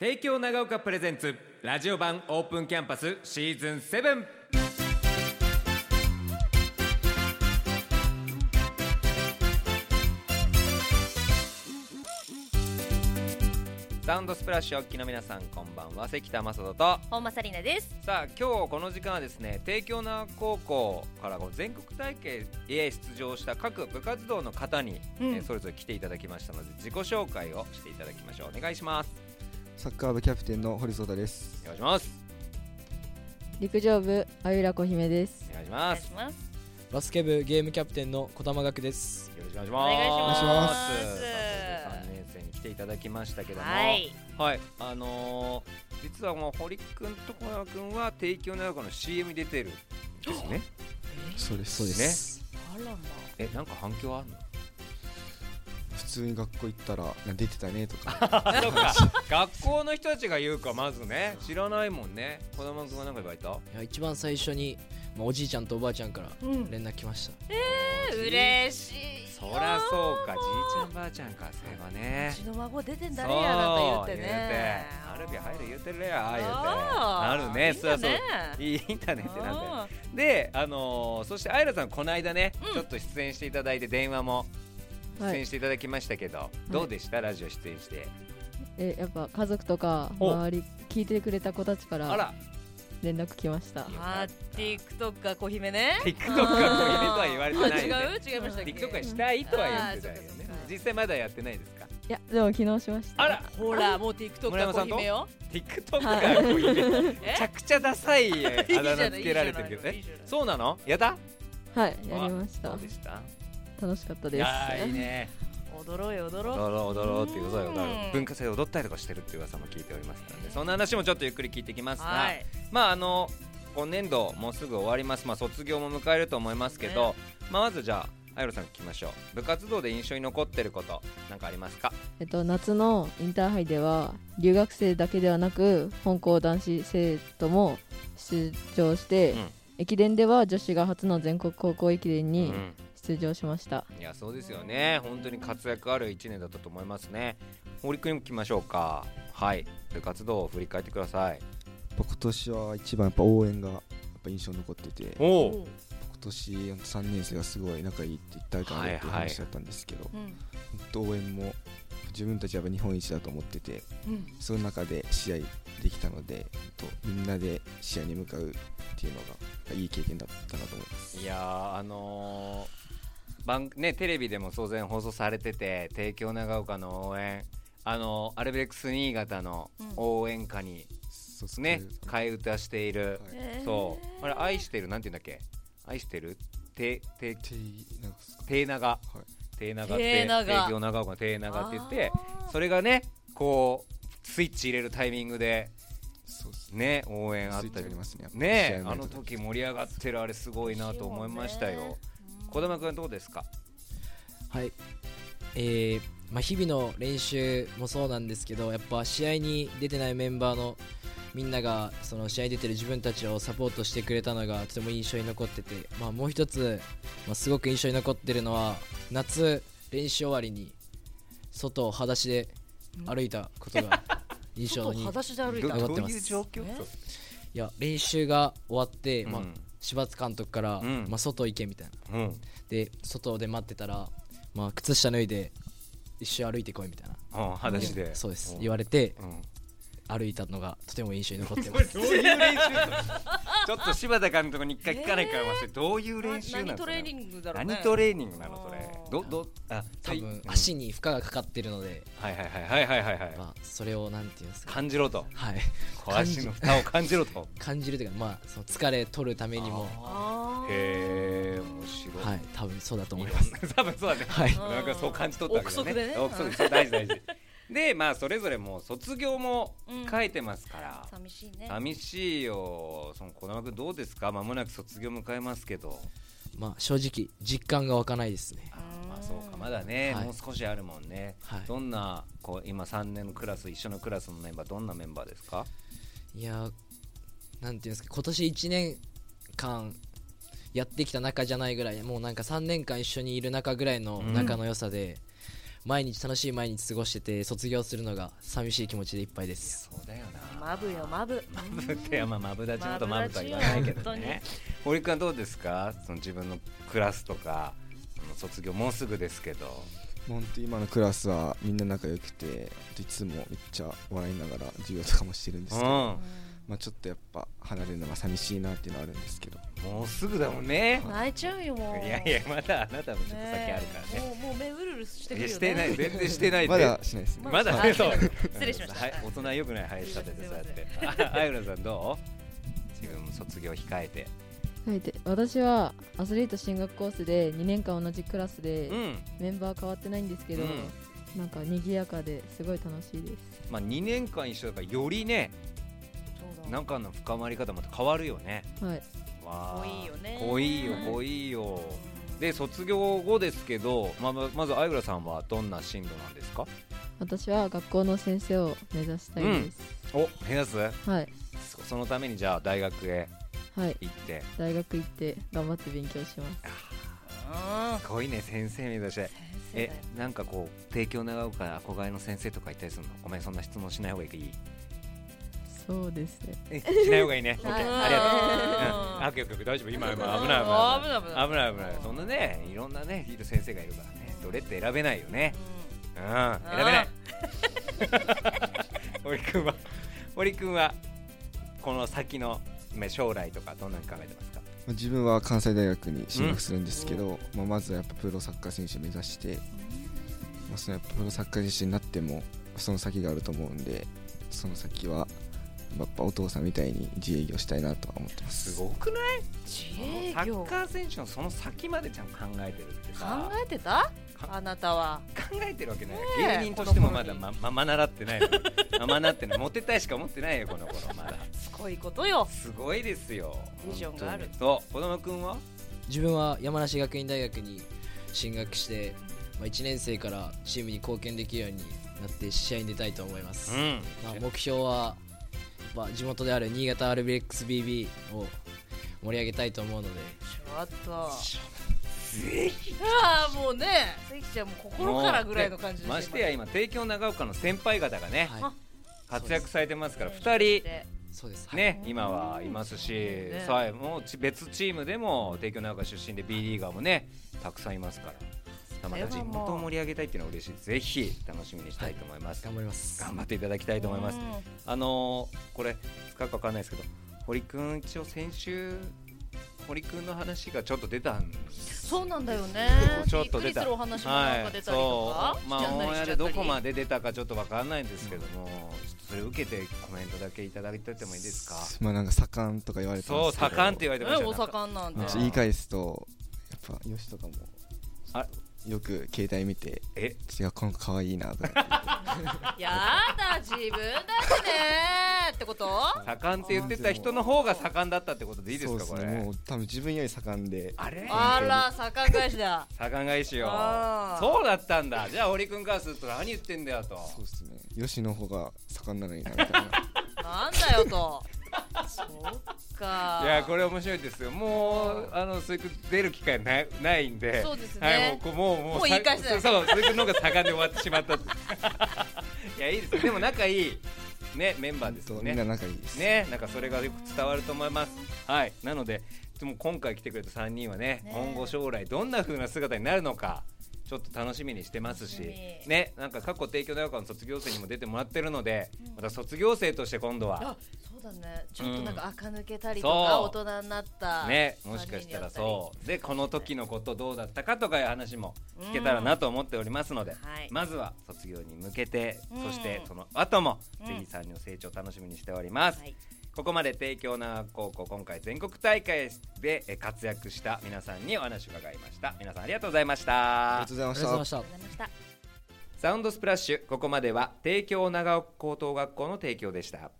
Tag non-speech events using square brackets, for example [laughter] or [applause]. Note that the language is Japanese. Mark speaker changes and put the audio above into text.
Speaker 1: 帝京長岡プレゼンツラジオ版オープンキャンパスシーズン7サウンドスプラッシュお聞きの皆さんこんばんは関田正人と
Speaker 2: 本間紗理奈です
Speaker 1: さあ今日この時間はですね帝京長岡高校から全国大会へ出場した各部活動の方に、
Speaker 2: うん
Speaker 1: えーそれぞれ来ていただきましたので自己紹介をしていただきましょうお願いします
Speaker 3: サッカー部キャプテンの堀颯太です
Speaker 1: お。願いします
Speaker 4: 陸上部あゆらこ姫です
Speaker 1: お願いし
Speaker 2: お
Speaker 1: ま
Speaker 2: 願い
Speaker 1: す
Speaker 2: します
Speaker 5: バスケ部ゲームキャプテンの小玉学です。
Speaker 1: よろしくお願いし
Speaker 2: お願
Speaker 1: ま
Speaker 2: い
Speaker 1: す
Speaker 2: します
Speaker 1: さあそれで3年生に来ていただきましたけども
Speaker 2: はい
Speaker 1: はいあのー実はもう堀君と小山君は帝京長岡の CM に出てるんですね
Speaker 3: そうです。
Speaker 1: そうですね
Speaker 2: あらま
Speaker 1: えなんか反響あんの
Speaker 3: 普通に学校行ったらな出てたねとか。 [laughs]
Speaker 1: あそうか [laughs] 学校の人たちが言うかまずね知らないもんね児玉君は何か言われた
Speaker 5: いや一番最初に、まあ、おじいちゃんとおばあちゃんから
Speaker 2: うん
Speaker 5: 連絡来ました。
Speaker 2: 嬉しい
Speaker 1: そりゃそうかじいちゃんばあちゃんかそれはね
Speaker 2: うちの孫出てん
Speaker 1: そ
Speaker 2: だ
Speaker 1: う
Speaker 2: ねやなんか言っ
Speaker 1: 言
Speaker 2: て
Speaker 1: うて
Speaker 2: ね
Speaker 1: あるび入る言うてるや言うて
Speaker 2: あ
Speaker 1: な
Speaker 2: ー
Speaker 1: るねそりゃそう
Speaker 2: い
Speaker 1: いいんだ
Speaker 2: い
Speaker 1: ね
Speaker 2: ね
Speaker 1: ってなんだよ
Speaker 2: あ
Speaker 1: で、あのーそしてアイラさんこの間ね、
Speaker 2: うん
Speaker 1: ちょっと出演していただいて電話も
Speaker 4: は
Speaker 1: 出
Speaker 4: い
Speaker 1: 演していただきましたけど、どうでしたラジオ出演して、
Speaker 4: えやっぱ家族とか
Speaker 1: お
Speaker 4: 周り聞いてくれた子たちか
Speaker 1: あ
Speaker 4: ら
Speaker 1: ら
Speaker 4: 連絡来ました
Speaker 2: ーあー TikTok か小姫ね
Speaker 1: TikTok か小姫とは言われてないよ
Speaker 2: あ
Speaker 1: ね
Speaker 2: ー違う違いましたっけ
Speaker 1: TikTok はしたいとは言ってたよ
Speaker 2: あーそ
Speaker 1: ね
Speaker 2: っかそっか
Speaker 1: 実際まだやってないですか
Speaker 4: いやでも昨日しました
Speaker 1: あら
Speaker 2: ほらもう TikTok
Speaker 1: 村山
Speaker 2: か
Speaker 1: さ
Speaker 2: 小
Speaker 1: んと
Speaker 2: 姫よ
Speaker 1: TikTok か小姫め
Speaker 2: え
Speaker 1: ちゃくちゃダサいあ
Speaker 2: いいじゃな
Speaker 1: だ
Speaker 2: い
Speaker 1: 名つけられてるけど
Speaker 2: いい
Speaker 1: え
Speaker 2: じゃない
Speaker 1: そうなのやだ
Speaker 4: はいやりました
Speaker 1: どうでした
Speaker 4: 楽しかった
Speaker 1: い
Speaker 4: です
Speaker 1: やーいいね
Speaker 2: 踊ろうよ踊ろ
Speaker 1: 踊
Speaker 2: う
Speaker 1: ろう踊ろうっていうことで踊ろう
Speaker 2: うん
Speaker 1: 文化祭で踊ったりとかしてるっていう噂も聞いておりますからねそんな話もちょっとゆっくり聞いてきますが、
Speaker 2: はい
Speaker 1: まああの今年度もうすぐ終わります、まあ、卒業も迎えると思いますけど、まあ、まずじゃああやろさん聞きましょう部活動で印象に残ってることなんかありますか
Speaker 4: えっと夏のインターハイでは留学生だけではなく本校男子生徒も出場して、
Speaker 1: うん
Speaker 4: 駅伝では女子が初の全国高校駅伝
Speaker 1: う
Speaker 4: に
Speaker 1: ん
Speaker 4: 出場しました、
Speaker 1: いやそうですよね本当に活躍ある1年だったと思いますね堀君にも聞きましょうかはい部活動を振り返ってください
Speaker 3: やっぱ今年は一番やっぱ応援がやっぱ印象に残ってて、今
Speaker 1: おお
Speaker 3: 年3年生がすごい仲いいって一体感あるっていう
Speaker 1: はいはい
Speaker 3: 話だったんですけど、
Speaker 2: うん
Speaker 3: 本当応援も自分たちはやっぱ日本一だと思ってて、
Speaker 2: うん
Speaker 3: その中で試合できたので、本当みんなで試合に向かうっていうのがいい経験だったなと思います。
Speaker 1: いやーあのー番ね、テレビでも当然放送されてて帝京長岡の応援あのーアルベックス新潟の応援歌に
Speaker 3: そうです
Speaker 1: ね、替え歌している、
Speaker 3: はい
Speaker 2: えー
Speaker 1: そうあれ愛してるなんて言うんだっけ愛してるてて
Speaker 3: てなんかすか
Speaker 1: て長が
Speaker 3: はい
Speaker 1: て長って
Speaker 2: て長
Speaker 1: 帝京長岡のて長って言って
Speaker 2: あー
Speaker 1: それがねこうスイッチ入れるタイミングで
Speaker 3: そうです
Speaker 1: ね
Speaker 3: ね。
Speaker 1: 応援あっ
Speaker 3: スイッチ
Speaker 1: た
Speaker 3: あ
Speaker 1: り
Speaker 3: りますね。
Speaker 1: ね
Speaker 3: 試合
Speaker 1: あ
Speaker 3: 前
Speaker 1: の
Speaker 3: とか
Speaker 1: 時盛り上がってるあれすごいなと思いましたよ児玉君どうですか
Speaker 5: はい。えー、まあ日々の練習もそうなんですけど、やっぱ試合に出てないメンバーのみんながその試合に出てる自分たちをサポートしてくれたのがとても印象に残ってて、まあもう一つ、まあ、すごく印象に残ってるのは夏練習終わりに外を裸足で歩いたこ
Speaker 2: [laughs]
Speaker 5: とが印
Speaker 2: ちょ
Speaker 5: 象
Speaker 2: っと
Speaker 5: に。
Speaker 2: 裸足で歩い
Speaker 1: ど
Speaker 2: た
Speaker 5: 上が
Speaker 1: どう
Speaker 5: ってます
Speaker 1: いう状況
Speaker 2: え
Speaker 5: いや練習が終わって、まあ
Speaker 1: うん
Speaker 5: 柴津監督から、
Speaker 1: うん
Speaker 5: まあ、外行けみたいな
Speaker 1: うん
Speaker 5: で外で待ってたら、まあ、靴下脱いで一周歩いてこいみたいな
Speaker 1: うん裸足で
Speaker 5: そうです
Speaker 1: ん
Speaker 5: 言われて
Speaker 1: うん
Speaker 5: 歩いたのがとても印象に残って
Speaker 1: こ
Speaker 5: ま
Speaker 1: れ
Speaker 5: [laughs] す
Speaker 1: どういう練習なのちょっと柴田監督に一回聞かないから忘れてどういう練習なの
Speaker 2: 何トレーニングだろうね
Speaker 1: 何トレーニングなのそれ
Speaker 2: あー
Speaker 1: どどあ
Speaker 5: 多分
Speaker 1: うん
Speaker 5: 足に負荷がかかってるので、
Speaker 1: はいはいはいはいはいはいはい
Speaker 5: まあ、それをなんていうんですか、
Speaker 1: 感じろと
Speaker 5: はい、 [laughs]
Speaker 1: こう足の負担を感じろと
Speaker 5: 感じるというか、まあ、その疲れ取るためにも、
Speaker 2: あ
Speaker 1: へ
Speaker 2: ー
Speaker 1: え面白い
Speaker 5: はい、多分そうだと
Speaker 1: い
Speaker 5: 思い
Speaker 1: ろ
Speaker 5: ます。
Speaker 1: んな [laughs] 多分そうだね
Speaker 5: はい
Speaker 2: うん
Speaker 1: なんかそう感じ取ったわけだよね
Speaker 2: 憶測で
Speaker 1: 憶
Speaker 2: ね
Speaker 1: 測そう大事大事でまあそれぞれもう卒業も書いてますから
Speaker 2: 寂しいね
Speaker 1: 寂しいよその児玉君どうですかまもなく卒業迎えますけど
Speaker 5: まあ、正直実感が湧かないですね。
Speaker 1: あーまあそうかまだね、
Speaker 5: はい
Speaker 1: もう少しあるもんね、
Speaker 5: はい
Speaker 1: どんなこう今3年のクラス一緒のクラスのメンバーどんなメンバーですか
Speaker 5: いやーなんていうんですか今年1年間やってきた仲じゃないぐらいもうなんか3年間一緒にいる仲ぐらいの
Speaker 1: うん
Speaker 5: 仲の良さで、毎日楽しい毎日過ごしてて卒業するのが寂しい気持ちでいっぱいです
Speaker 1: そうだよな
Speaker 2: マブよマブ
Speaker 1: [laughs] マブってまあマブダチのことマブとは言わないけど
Speaker 2: マブダ
Speaker 1: ね堀君はどうですかその自分のクラスとかあの卒業もうすぐですけど
Speaker 3: 本当今のクラスはみんな仲良くていつもめっちゃ笑いながら授業とかもしてるんですけど、
Speaker 1: うん
Speaker 3: まあ、ちょっとやっぱ離れるのが寂しいなっていうのはあるんですけど
Speaker 1: もうすぐだもんね
Speaker 2: 泣いちゃうよもう
Speaker 1: いやいやまだあなたもちょっと先あるからね
Speaker 2: もうもう目うるうるして
Speaker 1: い
Speaker 2: く
Speaker 1: や
Speaker 2: るよね
Speaker 1: してない全然してないで
Speaker 3: まだしないですね
Speaker 1: まだ
Speaker 2: あ
Speaker 1: ねそう
Speaker 2: 失礼しました
Speaker 1: はい大人よくない林立ててそうや
Speaker 2: [laughs]
Speaker 1: ってああゆらさんどう自分も卒業控えて
Speaker 4: はいで私はアスリート進学コースで2年間同じクラスで
Speaker 1: うん
Speaker 4: メンバー変わってないんですけど、
Speaker 1: うん
Speaker 4: なんか賑やかですごい楽しいです
Speaker 1: まあ2年間一緒だからよりね
Speaker 2: そうだ
Speaker 1: 仲の深まり方も変わるよね
Speaker 4: はい
Speaker 1: わあ
Speaker 2: 濃いよね
Speaker 1: 濃いよ濃いよで卒業後ですけどまあまあまずあゆらさんはどんな進路なんですか
Speaker 4: 私は学校の先生を目指したいです、
Speaker 1: お目指す
Speaker 4: はい
Speaker 1: そそのためにじゃあ大学へ
Speaker 4: はい
Speaker 1: 行って
Speaker 4: 大学行って頑張って勉強します
Speaker 2: うん
Speaker 1: すごいね先生目指して
Speaker 2: 先生
Speaker 1: え
Speaker 2: だよ
Speaker 1: なんかこう帝京長岡憧れの先生とかいたりするのごめんそんな質問しない方がいい
Speaker 4: そうですね
Speaker 1: えしない方がいいね OK ありがとううんあ
Speaker 2: あ
Speaker 1: オッケーオッケー大丈夫今今危ない危
Speaker 2: あー
Speaker 1: ない
Speaker 2: 危
Speaker 1: 危
Speaker 2: な
Speaker 1: ないい危ない危ないそんなねいろんなねいる先生がいるからねどれって選べないよねうん選べない [laughs] 堀君は堀君はこの先のね将来とかどんなに考えてますか
Speaker 3: まあ自分は関西大学に進学するんですけど、まあ、まずはやっぱプロサッカー選手目指して、まあ、そのやっぱプロサッカー選手になってもその先があると思うんでその先はやっぱお父さんみたいに自営業したいなとは思ってます
Speaker 1: すごくない
Speaker 2: 自営
Speaker 1: サッ
Speaker 2: 業
Speaker 1: カー選手のその先までちゃんと考えてるって
Speaker 2: 考
Speaker 1: さ
Speaker 2: えてた
Speaker 1: か
Speaker 2: あなたは
Speaker 1: 考えてるわけないよ
Speaker 2: ねえ
Speaker 1: 芸人としてもまだ
Speaker 2: 子
Speaker 1: ま
Speaker 2: 供
Speaker 1: まま習ってないのままなってないモテたいしか思ってないよこの頃まだ
Speaker 2: すごいことよ
Speaker 1: すごいですよ
Speaker 2: ビジョンがある
Speaker 1: 本当にそう子供くんは
Speaker 5: 自分は山梨学院大学に進学して、まあ、1年生からチームに貢献できるようになって試合に出たいと思います、
Speaker 1: ん
Speaker 5: まあ、目標は、まあ、地元である新潟 RBXBB を盛り上げたいと思うので
Speaker 2: ちょっと
Speaker 1: ぜひ
Speaker 2: ああもうね関ちゃんもう心からぐらいの感じで
Speaker 1: ましてや今帝京長岡の先輩方がね
Speaker 5: はい
Speaker 1: 活躍されてますから2人
Speaker 5: そうです、はい
Speaker 1: ね今はいますし
Speaker 2: ね
Speaker 1: さえもうち別チームでも帝京長岡出身で B リーガーもねたくさんいますからまた地元を盛り上げたいっていうのは嬉しいぜひ楽しみにしたいと思います
Speaker 5: 頑張ります
Speaker 1: 頑張っていただきたいと思いますあのーこれ使うかわかんないですけど堀くん一応先週堀くんの話がちょっと出たんです
Speaker 2: そうなんだよね
Speaker 1: ちょっと
Speaker 2: び
Speaker 1: 出
Speaker 2: っくり
Speaker 1: た
Speaker 2: するお話もなんか出たりとか、
Speaker 1: はいそうまあオンエアでどこま
Speaker 2: で
Speaker 1: で出たかちょっとわかんないんですけども、ちょっとそれ受けてコメントだけいただいておいてもいいですか
Speaker 3: まあなんか盛んとか言われて
Speaker 1: そう
Speaker 3: ますけど
Speaker 1: 盛んって言われてました
Speaker 2: お
Speaker 1: よ
Speaker 2: 盛んなん
Speaker 1: う
Speaker 2: て
Speaker 3: まあちょっと言い返すとやっぱよしとかも
Speaker 1: あ
Speaker 3: よく携帯見て
Speaker 1: え
Speaker 3: 違うこの子可愛いなとか
Speaker 2: やだ自分だしねーって
Speaker 1: [laughs]
Speaker 2: こと
Speaker 1: 盛んって言ってた人の方が盛んだったってことでいいですか
Speaker 3: そ
Speaker 1: こ
Speaker 3: う
Speaker 1: れ、
Speaker 3: ねもう多分自分より盛んで
Speaker 1: あれ
Speaker 2: あら盛ん返しだ
Speaker 1: 盛ん返しよ
Speaker 2: あー
Speaker 1: そうだったんだじゃあ堀くんからすると何言ってんだよと
Speaker 3: そうですねよしの方が盛んなのになみたいな
Speaker 1: [laughs]
Speaker 2: なんだよとそうか
Speaker 1: いやこれ面白いですよもうあの鈴木出る機会ないないんで
Speaker 2: そうですね
Speaker 1: はい、もうこもうも
Speaker 2: もう言い返せない
Speaker 1: そう鈴木の方が盛んで終わってしまったって [laughs] いやいいですよでも仲いいねメンバーですよ
Speaker 3: みんな
Speaker 1: ね
Speaker 3: 仲いいです
Speaker 1: ねなんかそれがよく伝わると思いますはいなのででも今回来てくれた3人はね
Speaker 2: ね
Speaker 1: 今後将来どんな風な姿になるのかちょっと楽しみにしてますし
Speaker 2: 楽しみ
Speaker 1: ねなんか過去帝京大学の卒業生にも出てもらってるのでまた卒業生として今度は
Speaker 2: あそうだねちょっとなんか垢抜けたりと
Speaker 1: そ
Speaker 2: か
Speaker 1: う
Speaker 2: 大人になった
Speaker 1: ね、もしかしたらそうでこの時のことどうだったかとかいう話も聞けたらなと思っておりますので、
Speaker 2: はい
Speaker 1: まずは卒業に向けて、
Speaker 2: うん
Speaker 1: そしてその後も、
Speaker 2: うん
Speaker 1: ぜひ3人の成長を楽しみにしております、
Speaker 2: はい
Speaker 1: ここまで帝京長岡高校今回全国大会でえ活躍した皆さんにお話を伺いました皆さんありがとうございました
Speaker 3: ありがとうござい
Speaker 5: あ
Speaker 3: ま
Speaker 5: りが
Speaker 3: し
Speaker 5: とうござい
Speaker 3: た
Speaker 5: ました
Speaker 2: ありがとうございました
Speaker 1: サウンドスプラッシュここまでは帝京長岡高等学校の提供でした